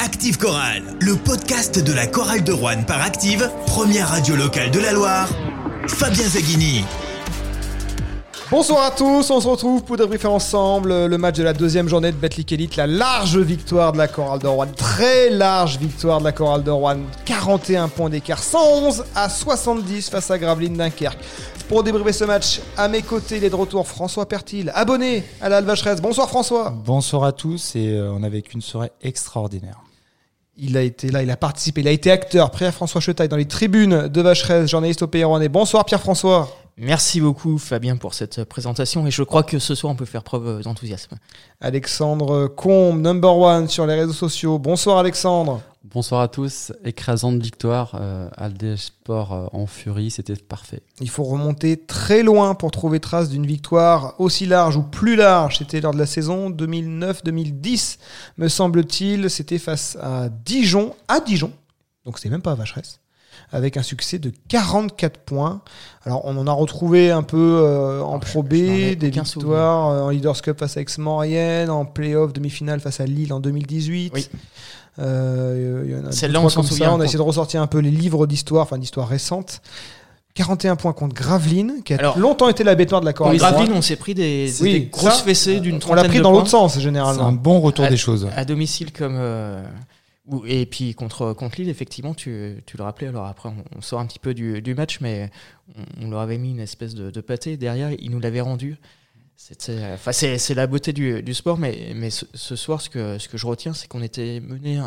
Active Chorale, le podcast de la chorale de Rouen par Active, première radio locale de la Loire, Fabien Zaghini. Bonsoir à tous, on se retrouve pour débriefer ensemble le match de la deuxième journée de Betlic Elite, la large victoire de la Chorale de Rouen, très large victoire de la Chorale de Rouen, 41 points d'écart, 111 à 70 face à Gravelines Dunkerque. Pour débriefer ce match, à mes côtés, il est de retour François Pertil, abonné à la Alvacheresse. Bonsoir François Bonsoir à tous et euh, on a vécu une soirée extraordinaire. Il a été là, il a participé, il a été acteur, près à François Chetaille dans les tribunes de Vacheresse, journaliste au Pays Rouennais. Bonsoir Pierre-François Merci beaucoup Fabien pour cette présentation et je crois que ce soir on peut faire preuve d'enthousiasme. Alexandre Combe, number one sur les réseaux sociaux. Bonsoir Alexandre. Bonsoir à tous, écrasante victoire, euh, Aldé Sport euh, en furie, c'était parfait. Il faut remonter très loin pour trouver trace d'une victoire aussi large ou plus large. C'était lors de la saison 2009-2010, me semble-t-il. C'était face à Dijon, à Dijon, donc c'est même pas à Vacheresse avec un succès de 44 points. Alors on en a retrouvé un peu euh, en Ah je- Pro B, je n'en ai des aucun victoires euh, en Leaders Cup face à Aix-Maurienne, en Playoff demi-finale face à Lille en 2018. Oui. Euh, il y en a deux, Celle-là, on trois s'en comme ça. souvient. On a essayé de ressortir un peu les livres d'histoire, enfin d'histoire récente. 41 points contre Gravelines, qui a Alors, longtemps été la bêtoire de la Pour Corée. Gravelines, on s'est pris des, Oui, des grosses ça, euh, fessées d'une on l'a trentaine pris de dans points l'autre sens C'est un généralement. bon retour Ah, des choses. à domicile comme euh, ou- et puis contre contre Lille effectivement tu, tu le rappelais alors après on, on sort un petit peu du, du match mais on, on leur avait mis une espèce de, de pâté derrière ils nous l'avaient rendu C'était, euh, enfin, c'est c'est la beauté du, du sport mais mais ce, ce soir ce que ce que je retiens c'est qu'on était mené un,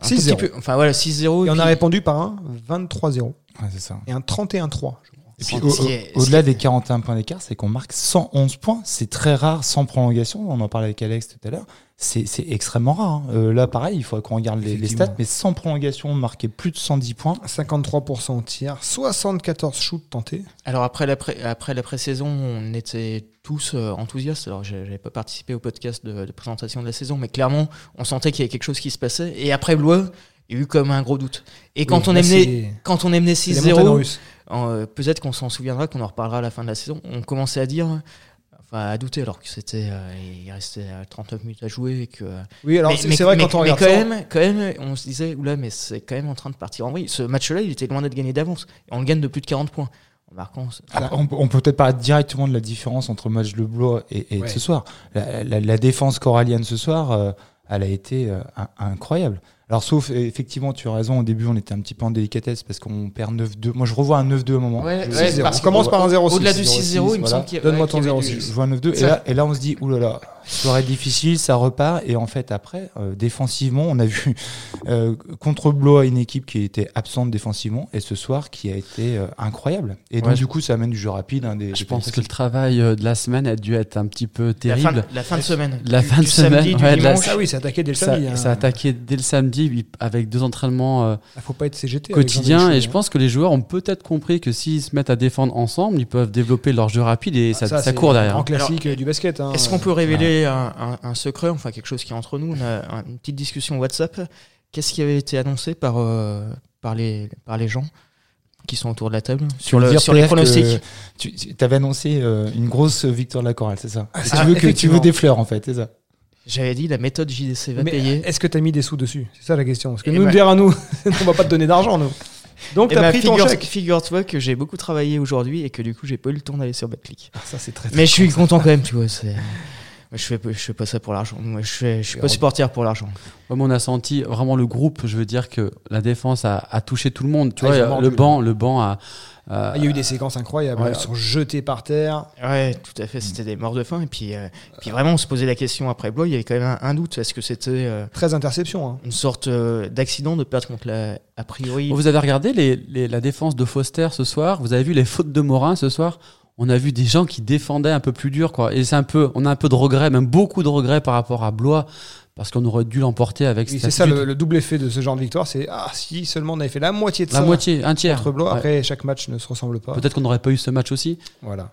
un tout 6-0. petit peu enfin voilà 6-0 Et et on a puis- répondu par un 23-0 Ouais, c'est ça. et un 31-3. Et puis, Ce au- qui est- au- ce au-delà qui- des 41 points d'écart, c'est qu'on marque 111 points. C'est très rare sans prolongation. On en parlait avec Alex tout à l'heure. C'est c'est extrêmement rare. hein. Euh, là, pareil, il faudrait qu'on regarde les, les Effectivement. stats, mais sans prolongation, on marquait plus de 110 points. 53% au tir, 74 shoots tentés. Alors après la, pré- après la pré-saison, on était tous euh, enthousiastes. Alors j'ai- j'avais pas participé au podcast de, de présentation de la saison, mais clairement, on sentait qu'il y avait quelque chose qui se passait. Et après Blois, il y a eu comme un gros doute. Et quand, Oui, on, là, est mené, c'est- quand on est mené c'est les montagnes 6-0, russes. euh, peut-être qu'on s'en souviendra, qu'on en reparlera à la fin de la saison, on commençait à dire... Enfin, à douter alors que c'était euh, il restait euh, 39 minutes à jouer et que euh, Oui, alors mais- c'est mais- c'est vrai mais- quand on mais regarde quand ça, même quand même on se disait oula mais c'est quand même en train de partir en vrille ce match-là il était loin d'être gagné d'avance on le gagne de plus de 40 points en marquant Après, on, peut- on peut peut-être parler directement de la différence entre le match de Blois et, et de Ouais. ce soir. La, la- la défense corallienne ce soir, euh, elle a été euh, in- incroyable. Alors, sauf, euh, effectivement, tu as raison, au début, on était un petit peu en délicatesse parce qu'on perd 9-2. Moi, je revois un 9-2 à un moment. Ouais, Je- ouais, 6-0. parce on commence qu'au- par un 0 Au-delà du 6-0, 6-0, il me voilà. semble qu'il y avait. Donne-moi ton qu'il y avait 0-6. Je du- vois un 9-2. Et Ça- là, et là, on se dit, oulala, soirée difficile, ça repart. Et en fait, après, euh, défensivement, on a vu euh, contre Blois une équipe qui était absente défensivement et ce soir qui a été euh, incroyable. Et donc, Ouais, je- du coup, ça amène du jeu rapide. hein, des, Je des pense que tentatives. le travail euh, de la semaine a dû être un petit peu La fin, de- terrible. la fin de semaine. La Du- fin de du semaine, samedi, du ouais, de la- dimanche. Ah oui, c'est attaqué dès le Ça, samedi. hein. ça a attaqué dès le samedi il- avec deux entraînements euh, Ah, Faut pas être CGT. avec quotidiens Jean-Denis et Chaud, je hein. pense que les joueurs ont peut-être compris que s'ils se mettent à défendre ensemble, ils peuvent développer leur jeu rapide et ça, ça, Ah, c'est court En derrière. hein. classique euh, du basket. hein. Est-ce qu'on peut révéler un, un- un secret, enfin quelque chose qui est entre nous On a un- une petite discussion WhatsApp. Qu'est-ce qui avait été annoncé par, euh, par, les, par les gens qui sont autour de la table Tu sur, veux le, dire, sur les PF, que pronostics Tu, tu avais annoncé euh, une grosse victoire de la chorale, c'est Ah, ça Et c'est- tu, veux que, tu effectivement. veux des fleurs, en fait, c'est ça J'avais dit la méthode JDC va Mais euh, payer. Est-ce que t'as mis des sous dessus C'est ça la question. Parce que Eh nous, ben- dire à nous, on va pas te donner d'argent, nous. Donc Eh t'as ben, pris ton figure- chèque. Figure-toi que j'ai beaucoup travaillé aujourd'hui et que du coup j'ai pas eu le temps d'aller sur Betclic. Ah, Ça, c'est très. Mais je suis content quand même, tu vois. c'est- Moi, je fais, je fais pas ça pour l'argent. Moi, je, fais- je suis pas supporter pour l'argent. Ouais, mais on a senti vraiment le groupe, je veux dire que la défense a, a touché tout le monde. Tu Ah, ils ont vois, euh, mordu, le là. banc, le banc a. a- Ah, Il y a eu des séquences incroyables. Ouais. Ils sont jetés par terre. Ouais, tout à fait, c'était des morts de faim. Et puis, euh, puis vraiment, on se posait la question après Blois, il y avait quand même un, un doute. Est-ce que c'était euh, 13 interceptions. hein. une sorte euh, d'accident de perdre contre la. A priori. Vous avez regardé les- les- la défense de Foster ce soir Vous avez vu les fautes de Morin ce soir On a vu des gens qui défendaient un peu plus dur, quoi. Et c'est un peu, on a un peu de regret, même beaucoup de regrets par rapport à Blois, parce qu'on aurait dû l'emporter avec Oui, cette C'est ça attitude. le le double effet de ce genre de victoire. C'est ah si seulement on avait fait la moitié de la ça. moitié, un tiers. contre Blois. euh, Ouais. Après, chaque match ne se ressemble pas. Peut-être qu'on n'aurait pas eu ce match aussi. Voilà.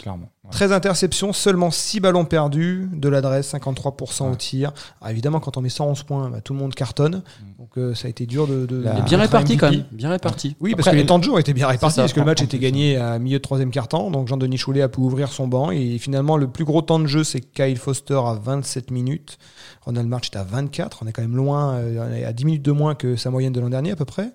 clairement. Ouais. 13 interceptions, seulement 6 ballons perdus, de l'adresse, 53% au Ouais. tir. Ah, évidemment, quand on met 111 points, bah, tout le monde cartonne. Donc euh, ça a été dur de. de- La- Il est Ah, bien notre réparti quand MVP. même. Bien réparti. Oui, parce Après, que les temps de jeu ont été bien répartis, ça, parce que le en- match en était plus, gagné à milieu de troisième quart-temps, donc Jean-Denis Choulet a pu ouvrir son banc, et finalement le plus gros temps de jeu, c'est Kyle Foster à 27 minutes, Ronald March est à 24, on est quand même loin, euh, on est à 10 minutes de moins que sa moyenne de l'an dernier à peu près.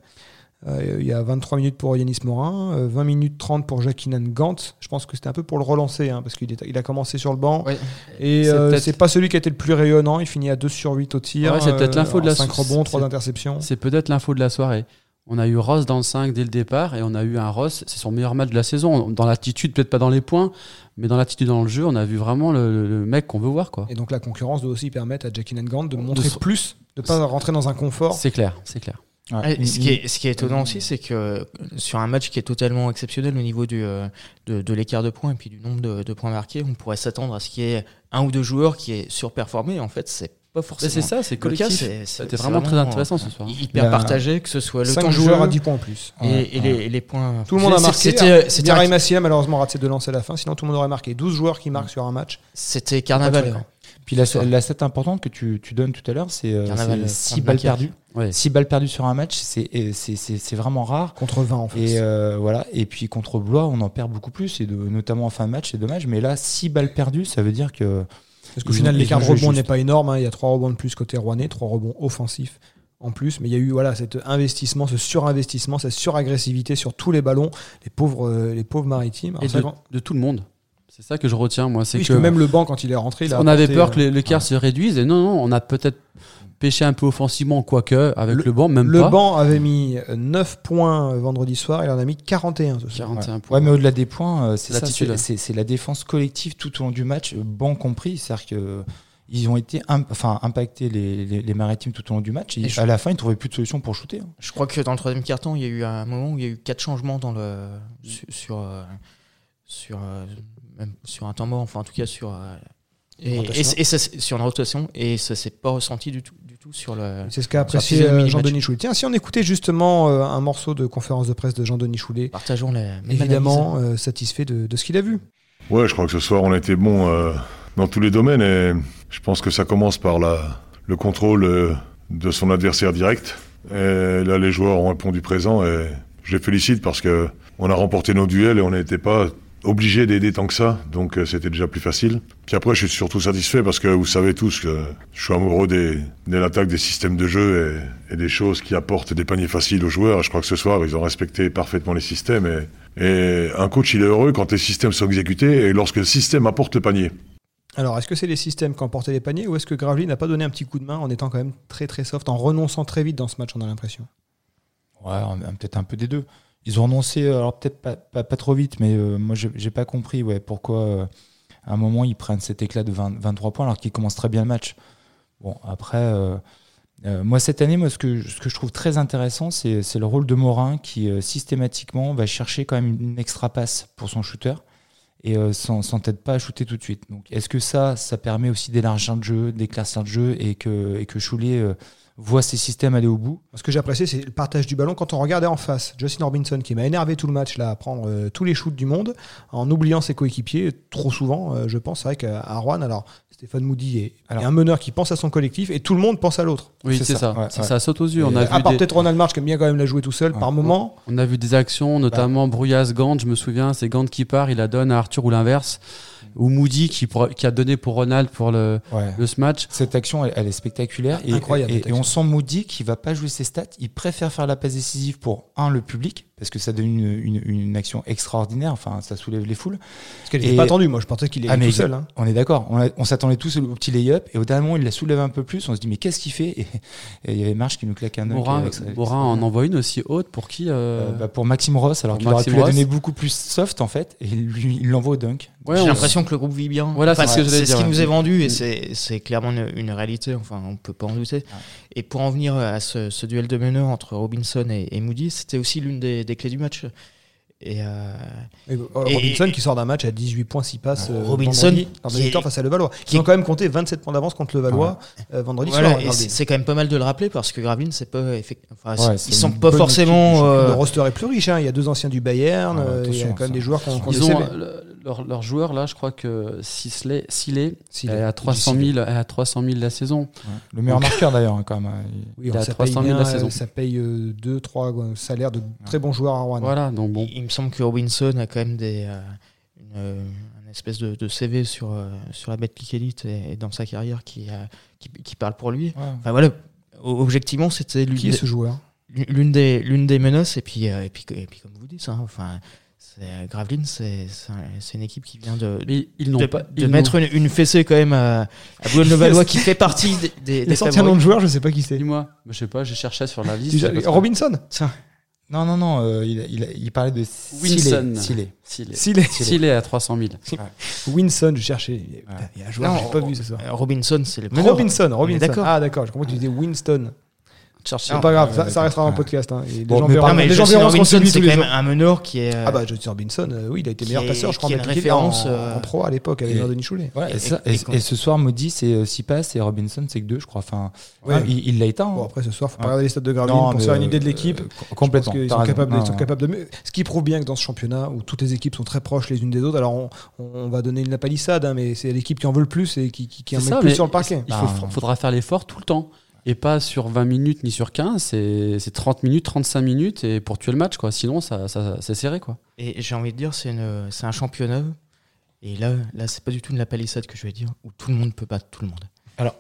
Euh, Il y a 23 minutes pour Yanis Morin, euh, 20 minutes 30 pour Jacquinan Gant. Je pense que c'était un peu pour le relancer, hein, parce qu'il est- il a commencé sur le banc. Ouais. Et C'est euh, peut-être- c'est pas celui qui a été le plus rayonnant. Il finit à 2 sur 8 au tir. Ouais, c'est peut-être l'info de la 5 sou- rebonds, 3 c'est- interceptions. C'est peut-être l'info de la soirée. On a eu Ross dans le 5 dès le départ et on a eu un Ross, c'est son meilleur match de la saison. Dans l'attitude, peut-être pas dans les points, mais dans l'attitude dans le jeu, on a vu vraiment le, le mec qu'on veut voir. quoi. Et donc la concurrence doit aussi permettre à Jackie Gant de montrer De se- plus, de pas rentrer dans un confort. C'est clair, c'est clair. Ouais. Et Ah, ce, qui est, ce qui est étonnant aussi, c'est que euh, sur un match qui est totalement exceptionnel au niveau du, euh, de, de l'écart de points et puis du nombre de, de points marqués, on pourrait s'attendre à ce qu'il y ait un ou deux joueurs qui aient surperformé. En fait, c'est pas Mais forcément. c'est ça, le c'est cas. collectif. c'est- c'est- C'était c'est vraiment très intéressant ce euh, soir. hein. Il y Hyper a partagé, que ce soit le 5 temps de joueurs jeu à 10 points en plus. et, et Ouais, les, les points. Tout le monde a C'est- marqué. hein. C'était euh, c'était Yari un- Massia malheureusement raté de lancer à la fin, sinon tout le monde aurait marqué. 12 joueurs qui marquent sur un match. C'était Pas de carnaval. fréquent. Puis la, ce soir. la stat importante que tu, tu donnes tout à l'heure, c'est Carnaval, euh, 6 Franck balles Bacquière. perdues. Ouais. 6 balles perdues sur un match, c'est- et c'est c'est- c'est vraiment rare. Contre 20 en Ah, fait. Et euh, voilà. Et puis contre Blois, on en perd beaucoup plus, et de- notamment en fin de match, c'est dommage. Mais là, 6 balles perdues, ça veut dire que Parce qu'au Ils final, ont- l'écart de ils ont joué rebond n'est juste. pas énorme. hein. Il y a trois rebonds de plus côté rouennais, trois rebonds offensifs en plus. Mais il y a eu voilà, cet investissement, ce surinvestissement, cette suragressivité sur tous les ballons, les pauvres, euh, les pauvres maritimes. Alors Et ça, de, quand- de tout le monde. C'est ça que je retiens, moi. C'est oui, que parce que même le banc, quand il est rentré, il a on avait apporté, peur euh, que l'écart se réduise et non, non, on a peut-être pêché un peu offensivement, quoique, avec le, banc, même Le pas. banc avait mis euh, 9 points euh, vendredi soir, il en a mis 41 ce soir. 41 Ouais, points. mais au-delà des points, euh, c'est ça, L'attitude. c'est- c'est c'est la défense collective tout au long du match, euh, banc compris. C'est-à-dire que euh, ils ont été im- enfin impactés les, les, les maritimes tout au long du match. Et Et je- à la fin, ils trouvaient plus de solution pour shooter. hein. Je crois que dans le troisième carton, il y a eu un moment où il y a eu quatre changements dans le su- Mm. sur euh, sur euh, même sur un temps mort, enfin en tout cas sur euh, et, Une rotation. et- et ça s'est- sur une rotation et ça s'est pas ressenti du tout du tout sur le C'est ce qu'a Sur la apprécié physionomie euh, du Jean-Denis Choulet. Tiens, si on écoutait justement euh, un morceau de conférence de presse de Jean-Denis Choulet, partageons la même évidemment euh, satisfait de, de ce qu'il a vu. Ouais, je crois que ce soir, on était bon euh, dans tous les domaines et je pense que ça commence par la, le contrôle euh, de son adversaire direct. Et là, les joueurs ont répondu présent et je les félicite parce que on a remporté nos duels et on n'était pas obligé d'aider tant que ça, donc euh, c'était déjà plus facile. Puis après, je suis surtout satisfait parce que vous savez tous que je suis amoureux des, de l'attaque des systèmes de jeu et, et des choses qui apportent des paniers faciles aux joueurs. Je crois que ce soir, ils ont respecté parfaitement les systèmes et et un coach, il est heureux quand les systèmes sont exécutés et lorsque le système apporte le panier. Alors, est-ce que c'est les systèmes qui ont porté les paniers ou est-ce que Gravely n'a pas donné un petit coup de main en étant quand même très très soft, en renonçant très vite dans ce match, on a l'impression Ouais, on a peut-être un peu des deux. Ils ont annoncé, euh, alors peut-être pas, pas, pas trop vite, mais euh, moi j'ai j'ai pas compris ouais, pourquoi euh, à un moment ils prennent cet éclat de 20 23 points alors qu'ils commencent très bien le match. Bon, après, euh, euh, moi cette année, moi ce que, ce que je trouve très intéressant, c'est c'est le rôle de Morin qui euh, systématiquement va chercher quand même une extra passe pour son shooter et euh, s'en- s'entête pas à shooter tout de suite. Donc est-ce que ça, ça permet aussi d'élargir le jeu, d'éclaircir le jeu et que, et que Choulet euh, voit ses systèmes aller au bout Ce que j'ai apprécié, c'est le partage du ballon. Quand on regardait en face Justin Robinson, qui m'a énervé tout le match là, à prendre euh, tous les shoots du monde, en oubliant ses coéquipiers, trop souvent, euh, je pense, c'est vrai qu'à à Rouen, alors Stéphane Moody est Alors- est un meneur qui pense à son collectif et tout le monde pense à l'autre. Oui, c'est c'est ça. ça, ouais, ça, ouais. ça saute aux yeux. On a, à vu part des, peut-être Ronald March qui aime bien quand même la jouer tout seul Ouais. par moment. on a vu des actions, notamment Brouillas Gant, je me souviens, c'est Gant qui part, il la donne à Arthur ou l'inverse, ou Moody qui, pour- qui a donné pour Ronald pour le, Ouais. le match. Cette action, elle, elle est spectaculaire. Et, Incroyable, et- cette et on sent Moody qui va pas jouer ses stats. Il préfère faire la passe décisive pour, un, le public, parce que ça donne une, une- une action extraordinaire. Enfin, ça soulève les foules. Parce qu'elle n'était Et- pas attendue, moi je pensais qu'il Ah, était mais tout seul. hein. On est d'accord. On, a- on s'attendait tous au petit lay-up. Et au dernier moment, il la soulève un peu plus. On se dit, mais qu'est-ce qu'il fait Et et il y avait Marche qui nous claque un œil. Morin, qui est extra- Morin en envoie une aussi haute pour qui euh, Euh, bah, pour Maxime Ross, alors Pour qu'il aurait Maxime pu la Ross. donner beaucoup plus soft, en fait. Et lui, il l'envoie au dunk. ouais, J'ai on- l'impression que le groupe vit bien. Voilà, c'est Enfin, ce que j'allais dire, qui ouais. nous est vendu Mm. et c'est c'est clairement une, une réalité. Enfin, on peut pas en douter. Et pour en venir à ce, ce duel de meneurs entre Robinson et, et Moody, c'était aussi l'une des, des clés du match. Et euh, Et, euh, Et- Robinson et- qui sort d'un match à 18 points, 6 passes. euh, Robinson, vendredi, lors de la qui est- victoire face à Levallois. Ils qui ont est- quand même compté 27 points d'avance contre Levallois euh, vendredi voilà, soir. et regardez. c'est c'est quand même pas mal de le rappeler parce que Graveline, c'est pas effect- enfin, Ouais, c'est- c'est ils sont une pas bonne forcément. équipe, euh, Le roster est plus riche. hein. Il y a deux anciens du Bayern. Ah, euh, il y a attention, quand même ça. des joueurs qu'on qu'on Ils ont, décèle. le, leur, leur joueur, là, je crois que Sisley, Sillet, S'il elle est est- à 300 000, elle est à 300 000 la saison. Ah Ouais. Le meilleur marqueur d'ailleurs, hein, quand même. hein. Il- Oui, il est à ça paye 300 000 la bien, saison. euh, Ça paye 2-3 salaires de très bons joueurs à Rouen. Voilà, donc bon. Il, il me semble que Robinson a quand même des, euh, une, euh, un espèce de, de CV sur, euh, sur la Betclic Elite et, et dans sa carrière qui, euh, qui, qui parle pour lui. Ouais. Enfin voilà, o- objectivement, c'était l'une Qui est des- ce joueur l'une des, l'une des menaces. Et puis, euh, et, puis, et puis, comme vous dites, hein, enfin, c'est- Gravelines, c'est, c'est un- c'est une équipe qui vient de, Mais ils de, n'ont pas. de ils mettre n'ont- une, une fessée quand même à, à Boulogne-Levallois qui fait partie des, des, Il des a sorti un nom favoris. de joueur, je sais pas qui c'est. Dis-moi, je sais pas, j'ai cherché sur la liste. Déjà, j'ai pas trouvé. Robinson Non, non, non, euh, il, il- il parlait de Wilson. Sillet. Sillet. S'il est- S'il est. s'il est à 300 000. Winson, je cherchais. Putain, Il y a un joueur, Non, euh, j'ai pas vu ce soir. Robinson, c'est le Mais meilleur. Robinson, Robinson. d'accord. Ah d'accord, je comprends que tu disais Winston. Churchill. C'est pas grave, ouais, ça, ça ouais, restera dans le ouais. podcast. hein, et les Bon, gens mais verront, Non, mais les gens Justin verront ce qu'on se Robinson, dit c'est tous quand les même jours. un meneur qui est. Ah bah Justin Robinson, euh, oui, il a été qui meilleur est- passeur, je crois, qui est mais une qu'il était en, référence, euh, en pro à l'époque avec et- Nordin Choulet. Voilà, Et- et, ça- et- et- et quand- et ce soir, Maudit, c'est 6 passes et Robinson, c'est que 2, je crois. Enfin, Ouais. ah, il il l'a éteint. hein. Bon après ce soir, faut pas Ouais. regarder les stats de Gravelines Non, pour mais, se faire une idée de euh, l'équipe. com- Parce complètement. qu'ils t'as sont, raison. capables, ils Non, sont non. capables de mieux. Ce qui prouve bien que dans ce championnat où toutes les équipes sont très proches les unes des autres, alors on, on va donner une palissade, hein, mais c'est l'équipe qui en veut le plus et qui, qui, qui en C'est met ça, le plus mais sur le parquet. Bah, Il faut- Ah. Bah, faudra faire l'effort tout le temps. Et pas sur 20 minutes ni sur 15, c'est c'est 30 minutes, 35 minutes et pour tuer le match. quoi. Sinon, ça, ça- c'est serré. quoi. Et j'ai envie de dire, c'est, une- c'est un championnat. Et là, là, c'est pas du tout de la palissade que je vais dire, où tout le monde peut battre tout le monde.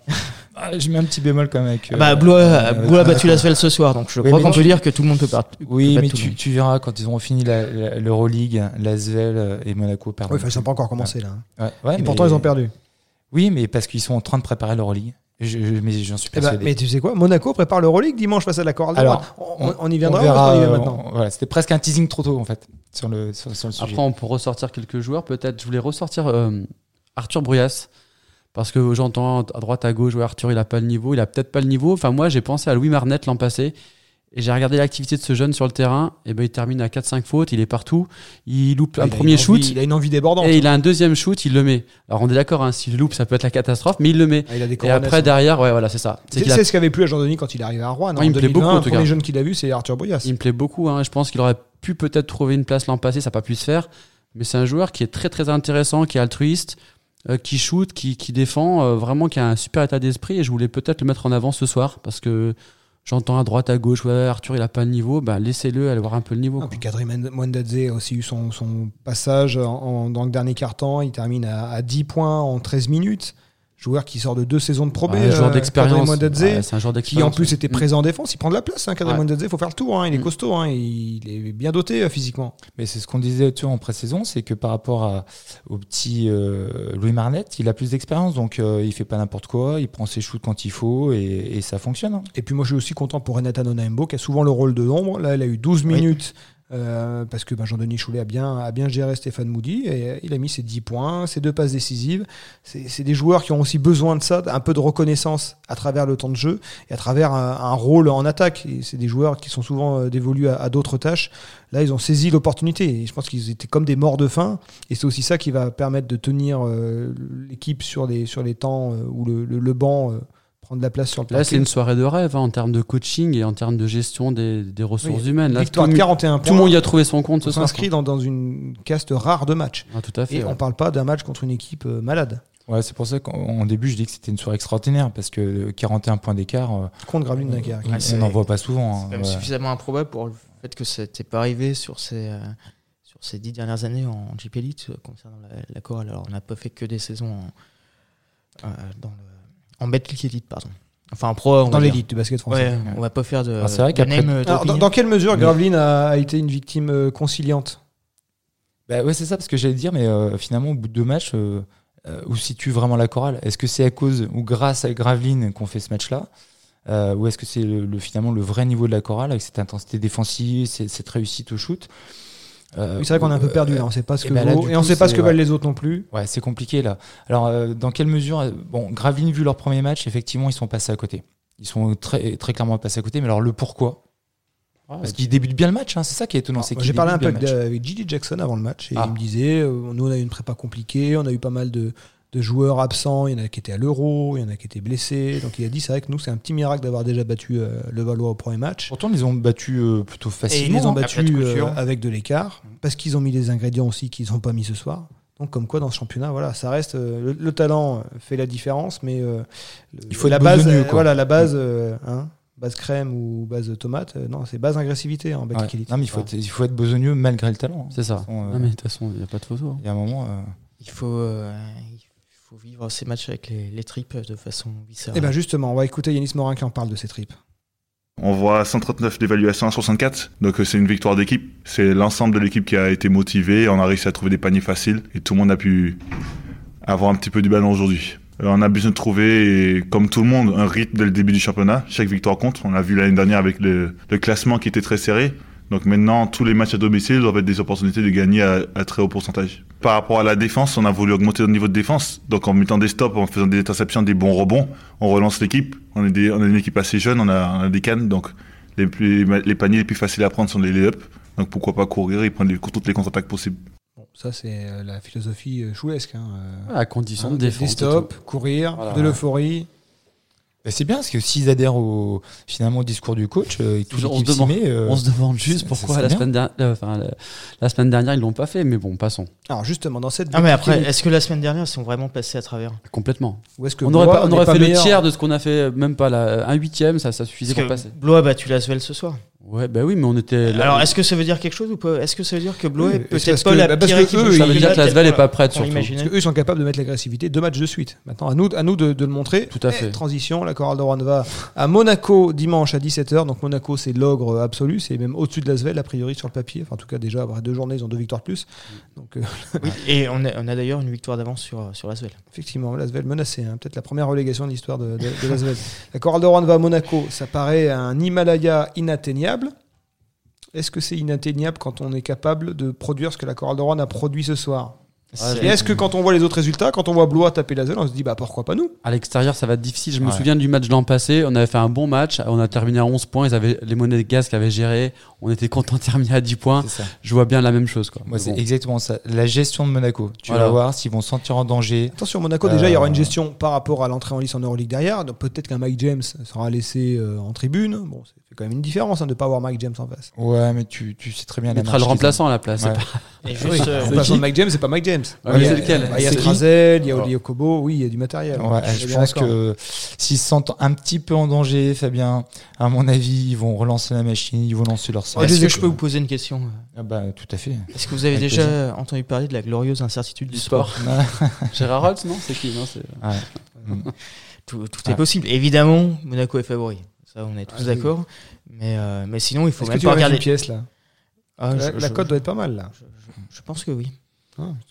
Ah, J'ai mis un petit bémol quand même. Avec, euh, bah, Blois, euh, Blois a battu l'Asvel ce soir, donc je Oui, crois mais qu'on non, peut dire que tout le monde peut battre. Oui, Pas mais tout le tu, monde. tu verras quand ils auront fini la- la- l'Euroleague, l'Asvel et Monaco, pardon. Ouais, enfin, ils n'ont pas encore commencé là. hein. Ouais, ouais, et mais- pourtant ils ont perdu. Oui, mais parce qu'ils sont en train de préparer l'Euroleague. Je, je- mais j'en suis Eh ben, persuadé. mais tu sais quoi, Monaco prépare l'Euroleague dimanche face à la Coral. Alors, on, on- on y viendra on ou verra, on y va euh, maintenant on- voilà, c'était presque un teasing trop tôt en fait sur le sur, sur le sujet. Après, on peut ressortir quelques joueurs. Peut-être, je voulais ressortir euh, Arthur Bruyas. Parce que j'entends à droite, à gauche, ouais, Arthur, il a pas le niveau, il a peut-être pas le niveau. Enfin, moi, j'ai pensé à Louis Marnette l'an passé. Et j'ai regardé l'activité de ce jeune sur le terrain. Et ben, il termine à 4-5 fautes, il est partout. Il loupe Ah, Il a euh, un une premier envie- shoot. Il a une envie débordante. Et il a un deuxième shoot, il le met. Alors on est d'accord, hein, s'il loupe, ça peut être la catastrophe, mais il le met. Ah, il a des Et coronets, après, hein. derrière, ouais, voilà, c'est ça. C'est C'est qu'il a- c'est ce qu'avait plu à Jean-Denis quand il est arrivé à Rouen. hein, Ouais, il en me plaît 2020, beaucoup, en tout Le premier cas. jeune qu'il a vu, c'est Arthur Boyas. il me plaît beaucoup. hein. Je pense qu'il aurait pu peut-être trouver une place l'an passé, ça n'a pas pu se faire. Mais c'est un joueur qui est très très intéressant, qui est altruiste, euh, qui shoot, qui, qui défend, euh, vraiment qui a un super état d'esprit. Et je voulais peut-être le mettre en avant ce soir parce que j'entends à droite, à gauche, ouais, Arthur, il a pas le niveau. Ben, laissez-le aller voir un peu le niveau. Ah, quoi. puis Kadri Mend- Mwendadze a aussi eu son, son passage en- en- dans le dernier quart-temps. Il termine à, à 10 points en 13 minutes. Joueur qui sort de deux saisons de Pro B. Ouais, un euh, joueur d'expérience. Kadri Mwendadze, Ouais, c'est un joueur qui d'expérience. en plus ouais. était Mm. présent en défense. Il prend de la place, hein, Kadri Ouais. Mwendadze. Il faut faire le tour. hein, Il est Mm. costaud. hein, Il est bien doté euh, physiquement. Mais c'est ce qu'on disait tu vois, en pré-saison, c'est que par rapport à, au petit euh, Louis Marnette, il a plus d'expérience, donc euh, il fait pas n'importe quoi, il prend ses shoots quand il faut et, et ça fonctionne. hein. Et puis moi, je suis aussi content pour Renata Nonaembo, qui a souvent le rôle de l'ombre. Là, elle a eu 12 minutes. euh, parce que ben, Jean-Denis Choulet a bien, a bien géré Stéphane Moody et euh, il a mis ses 10 points, ses deux passes décisives. C'est c'est des joueurs qui ont aussi besoin de ça, un peu de reconnaissance à travers le temps de jeu et à travers un, un rôle en attaque. Et C'est des joueurs qui sont souvent euh, dévolus à, à d'autres tâches. Là, ils ont saisi l'opportunité et je pense qu'ils étaient comme des morts de faim. Et c'est aussi ça qui va permettre de tenir euh, l'équipe sur les, sur les temps euh, où le, le- le banc euh, prend de la place sur le Là, parquet. c'est une soirée de rêve hein, en termes de coaching et en termes de gestion des, des ressources humaines. Là, Victoire tout, de le- 41 points. tout le monde y a trouvé son compte ce On soir. s'inscrit dans, dans une caste rare de matchs. quoi. Ah, tout à fait. Et on ouais. parle pas d'un match contre une équipe euh, malade. Ouais, c'est pour ça qu'en en début, je dis que c'était une soirée extraordinaire, parce que euh, 41 points d'écart, euh, Contre Gravelines on- Dunkerque. on c'est- n'en voit pas souvent. C'est hein, quand même ouais. suffisamment improbable pour le fait que ça n'était pas arrivé sur ces, euh, sur ces dix dernières années en JP Elite euh, concernant la, la chorale. Alors, on n'a pas fait que des saisons en, euh, dans le, en Betclic Elite, pardon. Enfin, en pro, Dans on va dire. l'élite du basket français. Ouais, on va pas faire de. Ah, c'est vrai de qu'après- name, euh, Alors, dans, dropping. dans quelle mesure Mais- Gravelines a, a été une victime euh, conciliante Bah ouais, c'est ça, parce que j'allais dire, mais euh, finalement, au bout de deux matchs, euh, euh, où situe vraiment la chorale Est-ce que c'est à cause ou grâce à Graveline qu'on fait ce match-là Euh, Ou est-ce que c'est le, le- finalement le vrai niveau de la chorale avec cette intensité défensive, cette, cette réussite au shoot Euh, Oui, C'est vrai qu'on a un peu euh, perdu hein. là. On sait pas ce et que ben là, vaut- du et on coup, sait pas c'est- ce que valent les autres non plus. euh, Ouais, c'est compliqué là. Alors, euh, dans quelle mesure euh, Bon, Graveline, vu leur premier match, effectivement, ils sont passés à côté. Ils sont très, très clairement passés à côté, mais alors le pourquoi Ah, Parce qu'ils débutent bien le match, hein, c'est ça qui est étonnant. Alors, c'est Ah, J'ai qu'ils parlé un peu débutent bien avec, le match. avec J.D. Jackson avant le match et Ah. il me disait euh, nous on a eu une prépa compliquée, on a eu pas mal de, de joueurs absents, il y en a qui étaient à l'Euro, il y en a qui étaient blessés. Donc il a dit c'est vrai que nous c'est un petit miracle d'avoir déjà battu euh, le Valois au premier match. Pourtant, ils les ont battu plutôt Et facilement. ils les ont hein. à plate battus couture. euh, avec de l'écart, parce qu'ils ont mis des ingrédients aussi qu'ils n'ont pas mis ce soir. Donc comme quoi dans ce championnat, voilà, ça reste euh, le, le talent euh, fait la différence, mais euh, le- Il faut la être base, besogneux, euh, quoi. voilà, la base, euh, hein, base crème ou base tomate, euh, non, c'est base agressivité hein, en bac Ouais. Non, mais il faut, être, il faut être besogneux malgré le talent. C'est ça. Ils sont, euh, Non, mais de toute façon, il n'y a pas de photo. hein. Il y a un moment. euh, Il faut, euh, il faut vivre ces matchs avec les, les tripes de façon viscérale. Et bien Eh ben, justement, on va écouter Yanis Morin qui en parle de ses tripes. On voit 139 d'évaluation à 64, donc euh, c'est une victoire d'équipe. C'est l'ensemble de l'équipe qui a été motivée, on a réussi à trouver des paniers faciles et tout le monde a pu avoir un petit peu du ballon aujourd'hui. Euh, On a besoin de trouver, et, comme tout le monde, un rythme dès le début du championnat. Chaque victoire compte. On l'a vu l'année dernière avec le, le classement qui était très serré. Donc maintenant, tous les matchs à domicile doivent être des opportunités de gagner à, à très haut pourcentage. Par rapport à la défense, on a voulu augmenter le niveau de défense. Donc en mettant des stops, en faisant des interceptions, des bons rebonds, on relance l'équipe. On est, des- on est une équipe assez jeune, on a, on a des cannes. Donc les, plus- les paniers les plus faciles à prendre sont les lay-ups. Donc pourquoi pas courir et prendre les- toutes les contre-attaques possibles. Bon, ça c'est euh, la philosophie euh, choulesque. Hein, euh, À condition hein, de des- Ah, défense. des et stops, courir, Voilà. de l'euphorie. et Bah, c'est bien parce que s'ils adhèrent au, finalement au discours du coach, euh, et toute On se l'équipe s'y demande- met, tout. euh, On se demande juste c'est- pourquoi c'est la bien. semaine, dernière, euh, enfin, la- la semaine dernière, ils l'ont pas fait. Mais bon, passons. Alors justement, dans cette Ah, mais après, Après, est-ce que la semaine dernière, ils sont vraiment passés à travers Complètement. où est-ce que on aurait, Blois pas- on n'est aurait pas fait meilleur le tiers de ce qu'on a fait, euh, même pas la, un huitième, ça, ça suffisait Parce pour que passer. Blois a battu Lasvel ce soir. Ouais, bah oui, mais on était là. Alors, est-ce que ça veut dire quelque chose ou pas Est-ce que ça veut dire que Blois Oui, est mais c'est parce peut-être pas que- la bah, parce pire que équipe eux, du ils- ça veut dire que championnat, Lasvel peut-être n'est pas prête, qu'on l'a surtout. imaginé. Parce qu'eux, ils sont capables de mettre l'agressivité deux matchs de suite. Maintenant, à nous, à nous de, de le montrer. Tout à Et fait. Transition, la Chorale de Rouen va à Monaco dimanche à 17h. Donc Monaco, c'est l'ogre absolu. C'est même au-dessus de l'Asvel, a priori, sur le papier. Enfin, en tout cas, déjà, après deux journées, ils ont deux victoires de plus. Donc, euh, Oui, et on a, on a d'ailleurs une victoire d'avance sur, sur Lasvel. effectivement, l'Asvel menacé. hein. Peut-être la première relégation de l'histoire de, de, de l'Asvel. La Chorale de Rouen va à Monaco. Ça paraît un Himalaya inatteignable. Est-ce que c'est inatteignable quand on est capable de produire ce que la Chorale de Rouen a produit ce soir Et est-ce que quand on voit les autres résultats, quand on voit Blois taper l'Asvel, on se dit, bah pourquoi pas nous À l'extérieur, ça va être difficile. Je me Ouais. souviens du match de l'an passé. On avait fait un bon match. euh, On a terminé à 11 points. Ils avaient, les monnaies de gaz qui avaient géré. On était content de terminer à 10 points. c'est ça. Je vois bien la même chose. Quoi. Moi, Mais c'est bon. exactement ça. La gestion de Monaco. Tu vas Voilà. voir s'ils vont se sentir en danger. Attention, Monaco, déjà, il y aura une Euh, gestion par rapport à l'entrée en lice en Euroleague derrière. Donc peut-être qu'un Mike James sera laissé euh, en tribune. Bon, c'est fait quand même une différence hein, de ne pas avoir Mike James en face. Ouais, mais tu, tu sais très bien. Il la mettra le marche qu'ils remplaçant à la place. Ouais. C'est pas- Et Oui, juste, euh, en place de Mike James, c'est pas Mike James. Ouais, mais Il y a- c'est lequel bah, Il y a C'est qui Strazel, il y a Oli Okobo, oui, il y a du matériel. ont. Ouais, On est je bien pense d'accord. que s'ils se sentent un petit peu en danger, Fabien, à mon avis, ils vont relancer la machine, ils vont lancer leur sang. est-ce que je peux vous poser une question Ah bah, tout à fait. Est-ce que vous avez Avec déjà entendu parler de la glorieuse incertitude du, Du sport, sport. Gérard Holtz, non C'est qui non, c'est- Tout, tout Ah. est possible. Évidemment, Monaco est favori. Ça, on est tous Ah, oui. d'accord. Mais, euh, mais sinon, il faut Est-ce que même tu pas as une regarder. pièce là Ah, La, je- la je- cote doit être pas mal là. Je pense que oui.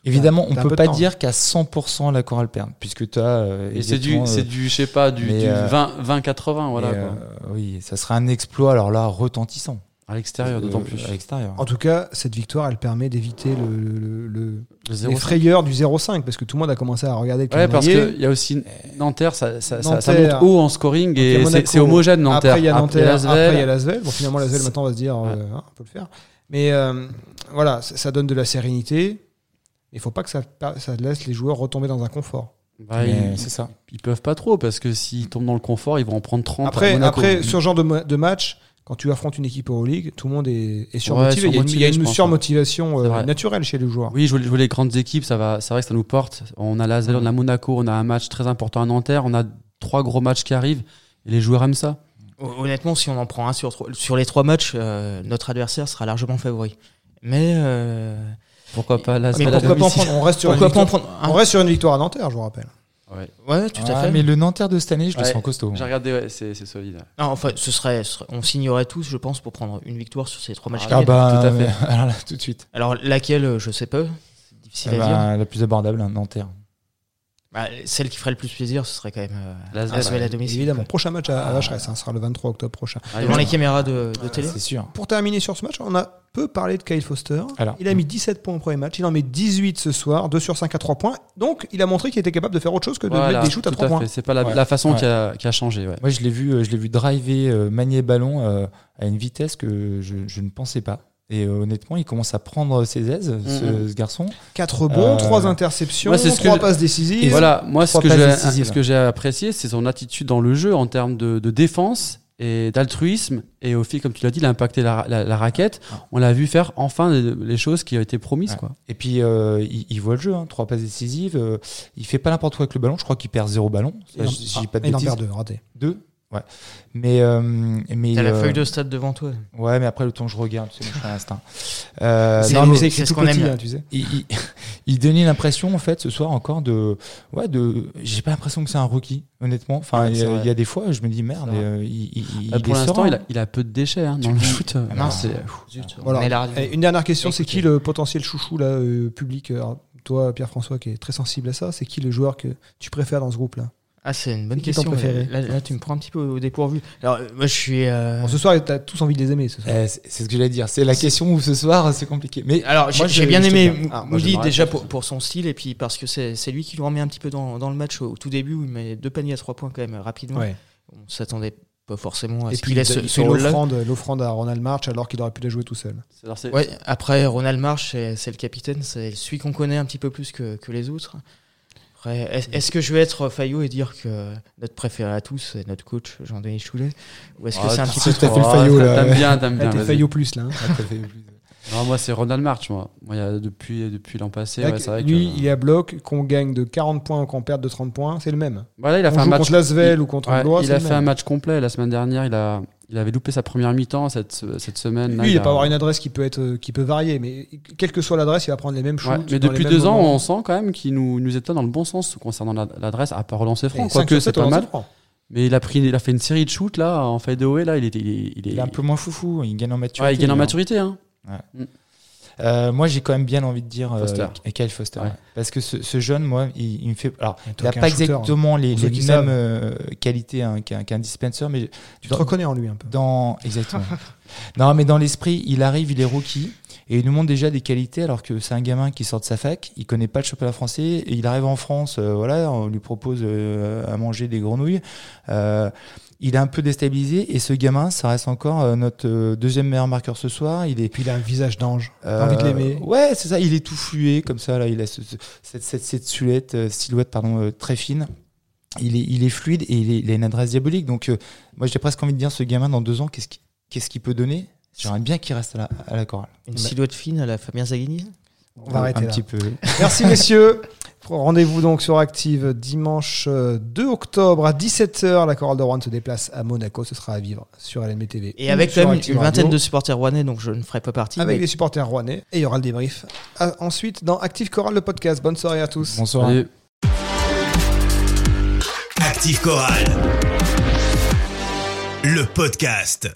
Évidemment, on T'as un peu peut de pas temps. dire qu'à 100% la chorale perd, puisque tu as. euh, Et c'est du, exactement, c'est euh, du, je sais pas, du, mais, du euh, 20 20-80, voilà. et, quoi. euh, oui, ça serait un exploit, alors là, retentissant. À l'extérieur, d'autant Euh, plus. Ah À l'extérieur. En tout cas, cette victoire, elle permet d'éviter le, le, le- Le le- 0,5. les frayeurs du 0,5 parce que tout le monde a commencé à regarder le Ouais, parce calendrier. qu'il y a aussi Nanterre, ça, ça, ça- ça Nanterre. monte haut en scoring il y a et c'est- Monaco. c'est homogène Nanterre. Après, il y a Nanterre. Lasvel. Après, il y a Lasvel. Bon, finalement, Lasvel, C'est- maintenant, on va se dire, euh, hein, on peut le faire. Mais euh, voilà, ça, ça donne de la sérénité. Il faut pas que ça, ça laisse les joueurs retomber dans un confort. Bah, Mais ils, C'est ça. ils peuvent pas trop parce que s'ils tombent dans le confort, ils vont en prendre 30 à Après, Monaco. après sur ce genre de, ma- de match, quand tu affrontes une équipe Euroleague, tout le monde est, est surmotivé. Il y a une- il y surmotivé, a je une, pense, surmotivation C'est euh, vrai. naturelle chez les joueurs. Oui, jouer, jouer les grandes équipes, ça va. C'est vrai que ça nous porte. On a Lasvel, on a Monaco, on a un match très important à Nanterre, on a trois gros matchs qui arrivent et les joueurs aiment ça. Hon- Honnêtement, si on en prend un sur, trois- sur les trois matchs, euh, notre adversaire sera largement favori. Mais, euh, Pourquoi pas Mais Lasvel à Pourquoi pas en domicile prendre- on reste sur une pourquoi pas en victoire- prendre on un reste sur une victoire à Nanterre, je vous rappelle. Ouais, tout à Ah, fait. Mais le Nanterre de cette année, je le Ouais. sens costaud. J'ai regardé, ouais, c'est c'est solide. Non, enfin, ce serait, ce serait- on signerait tous, je pense, pour prendre une victoire sur ces trois matchs. Ah qui viennent. bah, Tout à fait. mais- alors là, tout de suite. Alors laquelle, euh, je sais pas. C'est Ah, difficile Eh à bah. dire. ben, la plus abordable, hein, Nanterre. Bah, celle qui ferait le plus plaisir, ce serait quand même euh, Lasvel. Lasvel à Ah, domicile. bah, Évidemment. Prochain match à, à Vacheresse, hein, ce sera le 23 octobre prochain. Ah, Devant oui. les caméras de, de télé. C'est sûr. Pour terminer sur ce match, on a peu parlé de Kyle Foster. Alors. il a mis 17 points au premier match, il en met 18 ce soir, 2 sur 5 à 3 points. Donc il a montré qu'il était capable de faire autre chose que de Voilà, mettre des shoots à tout 3 points. fait. C'est pas la, Ouais. la façon Ouais. qui, a, qui a changé. Ouais. Moi, je l'ai vu, euh, je l'ai vu driver, euh, manier ballon euh, à une vitesse que je, je ne pensais pas. Et euh, honnêtement, il commence à prendre ses aises, ce, ce garçon. 4 bons, Euh, 3 interceptions, moi, c'est ce que 3 je- passes décisives. Et voilà, moi, ce Trois que, passes j'ai, décisives. ce que j'ai apprécié, c'est son attitude dans le jeu en termes de, de défense et d'altruisme. Et au fil, comme tu l'as dit, il a impacté la, la- la raquette. On l'a vu faire enfin les, les choses qui ont été promises. Ouais. Quoi. Et puis, euh, il, il voit le jeu, hein, trois passes décisives. euh, il fait pas n'importe quoi avec le ballon. Je crois qu'il perd zéro ballon. Il en- si je dis pas de Il en bêtises. perd deux, raté. Deux. Ouais. Mais, euh, mais T'as la euh, feuille de stade devant toi. Ouais, mais après le temps que je regarde, c'est mon chien instinct. Euh, C'est non, la mais musique. C'est ce tout qu'on petit, aime. hein, tu sais. il, il- il donnait l'impression en fait ce soir encore de ouais de j'ai pas l'impression que c'est un rookie honnêtement. Enfin, Ouais, il y c'est a- vrai. il y a des fois je me dis merde, C'est vrai. euh, il, il- il- Euh, il pour est l'instant, serein. il, a- il a peu de déchets hein, dans le shoot. euh, non. c'est- Ah, Voilà. On est largué. Et une dernière question, c'est Écoutez. qui le potentiel chouchou là, euh, public euh, Toi, Pierre-François, qui est très sensible à ça, c'est qui le joueur que tu préfères dans ce groupe-là Ah, c'est une bonne Qui est ton question. préféré Là, là, tu me prends un petit peu au dépourvu. Alors, euh, moi, je suis. euh, Bon, Ce soir, t'as tous envie de les aimer. Ce soir. Euh, c'est c'est ce que j'allais dire. C'est la question où ce soir c'est compliqué. Mais Alors, j'ai moi, j'ai je- bien je te aimé tiens. Ah, moi, Moody j'aimerais déjà bien. pour, pour son style et puis parce que c'est c'est lui qui le remet un petit peu dans, dans le match au, au tout début où il met deux paniers à trois points quand même euh, rapidement. Ouais. On s'attendait pas forcément à Et ce puis qu'il il, ait ce, il ce fait rôle-là. l'offrande, l'offrande à Ronald March alors qu'il aurait pu la jouer tout seul. c'est- alors, c'est- Ouais, après, Ronald Marsh, c'est c'est le capitaine, c'est celui qu'on connaît un petit peu plus que, que les autres. Après, est- Est-ce que je vais être faillot et dire que notre préféré à tous, c'est notre coach, Jean-Denis Choulet Ou est-ce que Ah, c'est un tu petit sais, peu t'as trop fait le faillot, t'aimes là. bien, t'aimes Là, bien. t'es vas-y. faillot plus là. hein. Non, moi, c'est Ronald March, moi. Moi, il y a- depuis depuis l'an passé, Là, ouais, c'est vrai lui, que- il est à bloc, qu'on gagne de 40 points ou qu'on perde de 30 points, c'est le même. Voilà, il a On fait un joue match contre Lasvel il- ou contre ouais, Blois, Il c'est a le fait même. un match complet la semaine dernière. Il a, il avait loupé sa première mi-temps cette cette semaine. là, Lui, il va a- pas avoir une adresse qui peut, être, euh, qui peut varier, mais quelle que soit l'adresse, il va prendre les mêmes Ouais, choses. mais depuis deux ans, on sent quand même qu'il nous, nous étonne dans le bon sens concernant la- l'adresse, à part relancer franc, quoique c'est pas mal. Mais il a, pris, il a fait une série de shoots là, en fadeaway, là, il est, il est, il est- il est un peu moins foufou. Il gagne en maturité. Ouais, il gagne en lui, hein. maturité. Hein. Euh, moi, j'ai quand même bien envie de dire euh, Foster. Kyle Foster, Ouais. ouais. parce que ce, ce jeune, moi, il, il me fait. Alors, il toi n'a qui es pas un shooter, hein. exactement les, Pour ceux les qui mêmes savent. euh, qualités hein, qu'un qu'un dispenser, mais Tu te reconnais en lui un peu. dans exactement. non, mais dans l'esprit, il arrive, il est rookie et il nous montre déjà des qualités alors que c'est un gamin qui sort de sa fac, il connaît pas le championnat français, et il arrive en France, euh, voilà, on lui propose euh, à manger des grenouilles. Euh, il est un peu déstabilisé et ce gamin, ça reste encore euh, notre euh, deuxième meilleur marqueur ce soir. Il est Puis il a un visage d'ange. T'as envie de l'aimer. euh, Ouais, c'est ça. Il est tout fluet comme ça. Là, il a ce- ce- cette, cette, cette silhouette, euh, silhouette pardon, euh, très fine. Il est, il est fluide et il, est- il a une adresse diabolique. Donc, euh, moi, j'ai presque envie de dire ce gamin dans deux ans, qu'est-ce qui- qu'est-ce qu'il peut donner J'aimerais bien qu'il reste à la, à la chorale. Une Bah. silhouette fine à la Fabien Zaghini On va arrêter un là. petit peu. Merci messieurs. Rendez-vous donc sur Active dimanche euh, 2 octobre à 17h. La Chorale de Rouen se déplace à Monaco. Ce sera à vivre sur LMB TV. Et avec sur quand même Active une vingtaine Radio, de supporters rouennais, donc je ne ferai pas partie. Avec mais- les supporters rouennais. Et il y aura le débrief Ah, ensuite dans Active Chorale, le podcast. Bonne soirée à tous. Bonsoir. Salut. Active Chorale. Le podcast.